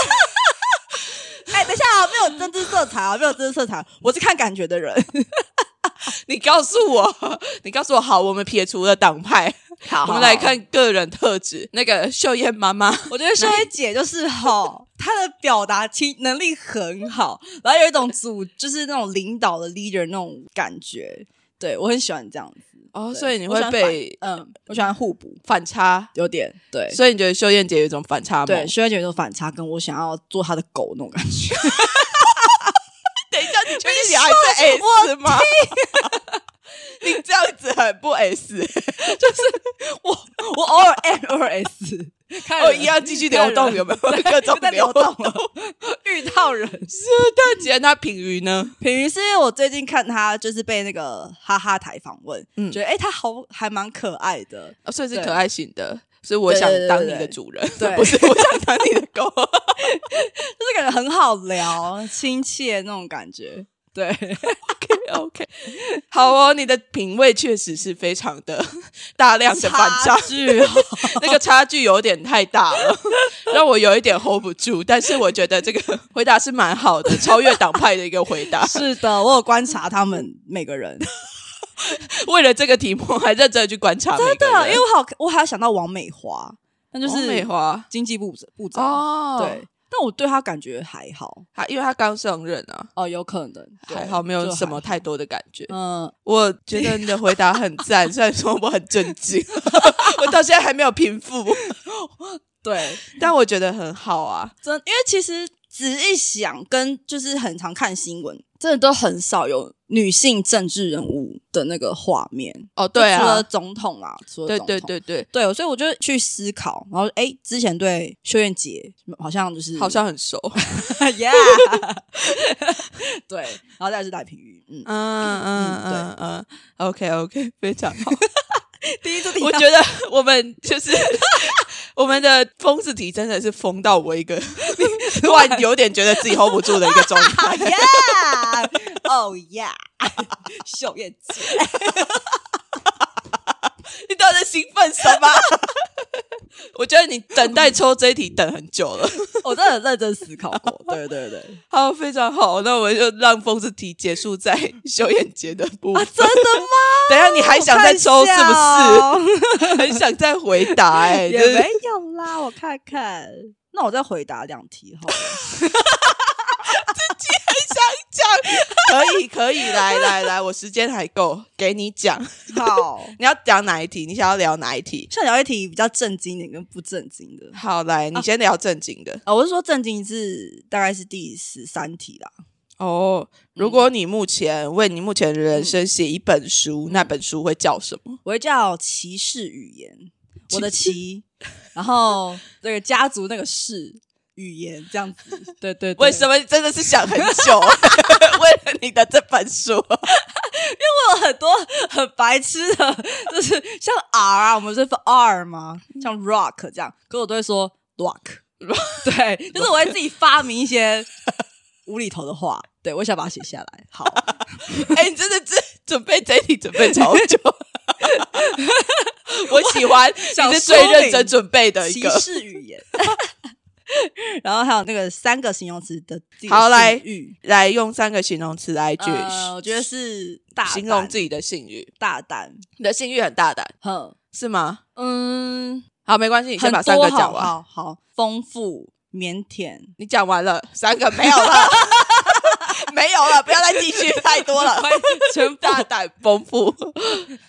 S2: 哎，等一下啊，没有政治色彩啊，没有政治色彩，我是看感觉的人。
S1: 你告诉我，你告诉我，好，我们撇除了党派，
S2: [laughs] 好
S1: 我们来，看个人特质。那个秀艳妈妈，
S2: 我觉得秀燕姐 [laughs] 就是哈，她的表达清能力很好，然后有一种组就是那种领导的 leader 那种感觉，对我很喜欢这样子。
S1: 哦，
S2: 对
S1: 所以你
S2: 我
S1: 会
S2: 喜欢
S1: 被
S2: 反嗯，我喜欢互补，
S1: 反差，
S2: 有点对。
S1: 所以你觉得秀艳姐有一种反差萌？
S2: 对，秀燕姐有一种反差，跟我想要做她的狗那种感觉。
S1: 等一下， [laughs] 你确定你还是 S 吗？ [laughs] 你这样子很不 S，
S2: 我我偶尔 N 偶尔 S，看
S1: 我
S2: 人
S1: 一样继续流动，有没有？ [laughs] 各种
S2: 就在
S1: 流
S2: 流
S1: 动。
S2: 动了，遇到人。
S1: [laughs] 但姐，那品鱼呢？
S2: 品瑜是因为我最近看他就是被那个哈哈台访问，
S1: 嗯
S2: 觉得哎、诶他好还蛮可爱的，
S1: 哦所以是
S2: 对
S1: 可爱型的，所以我想当你的主人， [laughs]
S2: 对对对对
S1: 不是我想当你的狗。
S2: 就是感觉很好聊、亲切那种感觉。对，
S1: [laughs] OK，好哦，你的品味确实是非常的大量的反差，
S2: 距哦
S1: [laughs] 那个差距有点太大了， [laughs] 让我有一点 hold 不住。但是我觉得这个回答是蛮好的，超越党派的一个回答。
S2: 是的，我有观察他们每
S1: [laughs]
S2: 个人，
S1: 为了这个题目，还认真地去观察每个
S2: 对啊，
S1: 人。
S2: 因为我好我还有想到王美华，那就是
S1: 王美华
S2: 经济部部长，
S1: 哦，
S2: 对，但我对他感觉还好
S1: 他因为他刚上任啊，
S2: 哦，有可能对
S1: 还好没有
S2: 就
S1: 什么
S2: 还
S1: 太多的感觉。
S2: 嗯，
S1: 我觉得你的回答很
S2: [laughs]
S1: 赞，虽然说我很震惊，我到现在还没有平复，
S2: 对，
S1: 但我觉得很好啊。
S2: 真因为其实仔细想，跟就是很常看新闻，真的都很少有女性政治人物的那个画面。
S1: 哦，对
S2: 就除
S1: 啊
S2: 了，总统啊，除了
S1: 对
S2: 总
S1: 对
S2: 统
S1: 对对，
S2: 对，所以我就去思考，然后哎，之前对修燕姐好像就是
S1: 好像很熟。
S2: [laughs] ，yeah，对，然后再来是赖品
S1: [laughs]
S2: 妤，嗯，
S1: 嗯嗯嗯嗯，OK OK，非常好。
S2: 第一就第
S1: 我觉得我们就是我们的疯子体真的是疯到我一
S2: [laughs]
S1: 个突然有点觉得自己 hold 不住的一个状态。 [laughs]
S2: [laughs] ，yeah，oh yeah，秀燕姐，
S1: 你到底在兴奋什么？ [laughs] 我觉得你等待抽这一题等很久了。
S2: 我真的很认真思考过，对对对，
S1: 好，非常好，那我们就让疯子题结束在修燕节的部分。
S2: [laughs] 真的吗？
S1: 等一下你还想再抽是不
S2: 不是？
S1: 是？ [laughs] 很想再回答、哎，
S2: 哦 [laughs] 也
S1: 就是
S2: 没有啦，我看看。那我再回答两题哈。
S1: 讲，可以可以，来来来，我时间还够，给你讲。
S2: 好，
S1: 你要讲哪一题？你想要聊哪一题？
S2: 像聊一题比较震惊一点跟不震惊的。
S1: 好，来，你先聊正经的。
S2: 啊，我是说震惊是大概是第十三题啦。
S1: 哦，如果你目前为你目前的人生写一本书，那本书会叫什么？
S2: 我会叫歧视语言，我的
S1: 歧
S2: 歧，然后这个家族那个氏语言这样子。对对
S1: 为什
S2: 么？
S1: 么你真的是想很久？啊为了你的这本书，
S2: 因为我有很多很白痴的，就是像 R 啊，我们是分 R 吗？
S1: 嗯
S2: 像 Rock 这样，可我都会说 Rock。对， [laughs] 就是我会自己发明一些无厘头的话。对，我想把它写下来。
S1: [laughs]
S2: 好，
S1: [laughs] 哎、你真的这准备这一题准备超久。 [laughs] 我喜欢，
S2: 想
S1: 你是最认真准备的一
S2: 歧
S1: 个。
S2: 视语言。 [laughs] 然后还有那个三个形容词的自己的
S1: 好来
S2: 性欲
S1: 来用三个形容词来去、
S2: 呃，我觉得是大
S1: 形容
S2: 胆
S1: 自己的性欲。
S2: 大胆，
S1: 你的性欲很大胆，
S2: 哼，
S1: 是吗？
S2: 嗯，
S1: 好，没关系，你先
S2: 很
S1: 把三
S2: 多
S1: 个讲完。
S2: 好好好，丰富、腼 [laughs] 腆，
S1: 你讲完了，三个没有 [laughs] 了，没有了，不要再继续，太多
S2: [laughs]
S1: 了。
S2: 全部
S1: 大胆、丰富，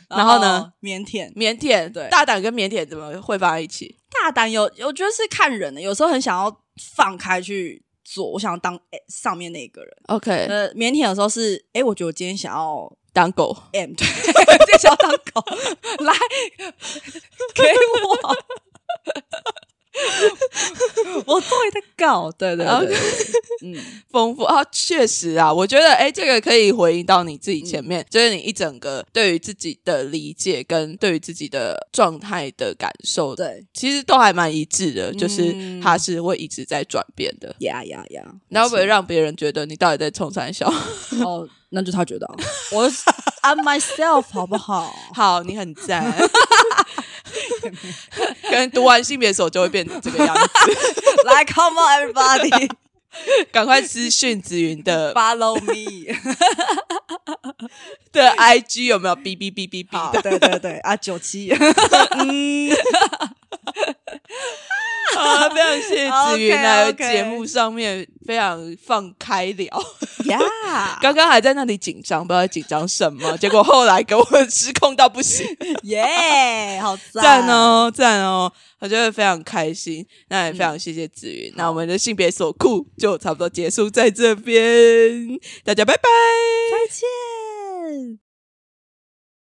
S1: 然后呢？？
S2: 腼腆，
S1: 腼腆，
S2: 对
S1: 大胆跟腼腆怎么会放在一起？
S2: 大胆有，我觉得是看人的，有时候很想要放开去做，我想要当、欸、上面那个人。
S1: OK，
S2: 呃，腼腆有时候是，哎、我觉得我今天想要
S1: 当狗，
S2: [laughs] M，对，我今天想要当 [laughs] 狗，来给我。 [laughs] 我做你的狗，对对对对 [laughs] 对嗯，
S1: 丰富啊，确实啊，我觉得哎，这个可以回应到你自己前
S2: 嗯
S1: 面，就是你一整个对于自己的理解跟对于自己的状态的感受，
S2: 对，
S1: 其实都还蛮一致的，就是
S2: 嗯
S1: 它是会一直在转变的。
S2: 呀呀呀！
S1: 那会不会让别人觉得你到底在冲三小？
S2: 哦，那就他觉得啊、 [laughs] 我 I'm myself 好不 [laughs] 好？
S1: 好，你很赞。可能读完性别手就会变成这个样子。
S2: 来，Come on everybody
S1: 赶快私讯紫云的
S2: follow me。
S1: 的 IG 有没有哔哔哔哔
S2: [laughs] 好 [laughs]
S1: 哔，的？
S2: 对对对啊，九 [laughs] 七，
S1: 嗯，好了，啊非常谢谢紫云
S2: OK，OK
S1: 来节目上面非常放开聊。
S2: [laughs] 呀
S1: 刚刚还在那里紧张，不知道在紧张什么，结果后来给我失控到不行。
S2: 耶，好赞
S1: 赞！哦，赞哦，我觉得非常开心。那也非常谢谢子云。那我们的性别所库就差不多结束在这边，大家拜拜。
S2: 再见。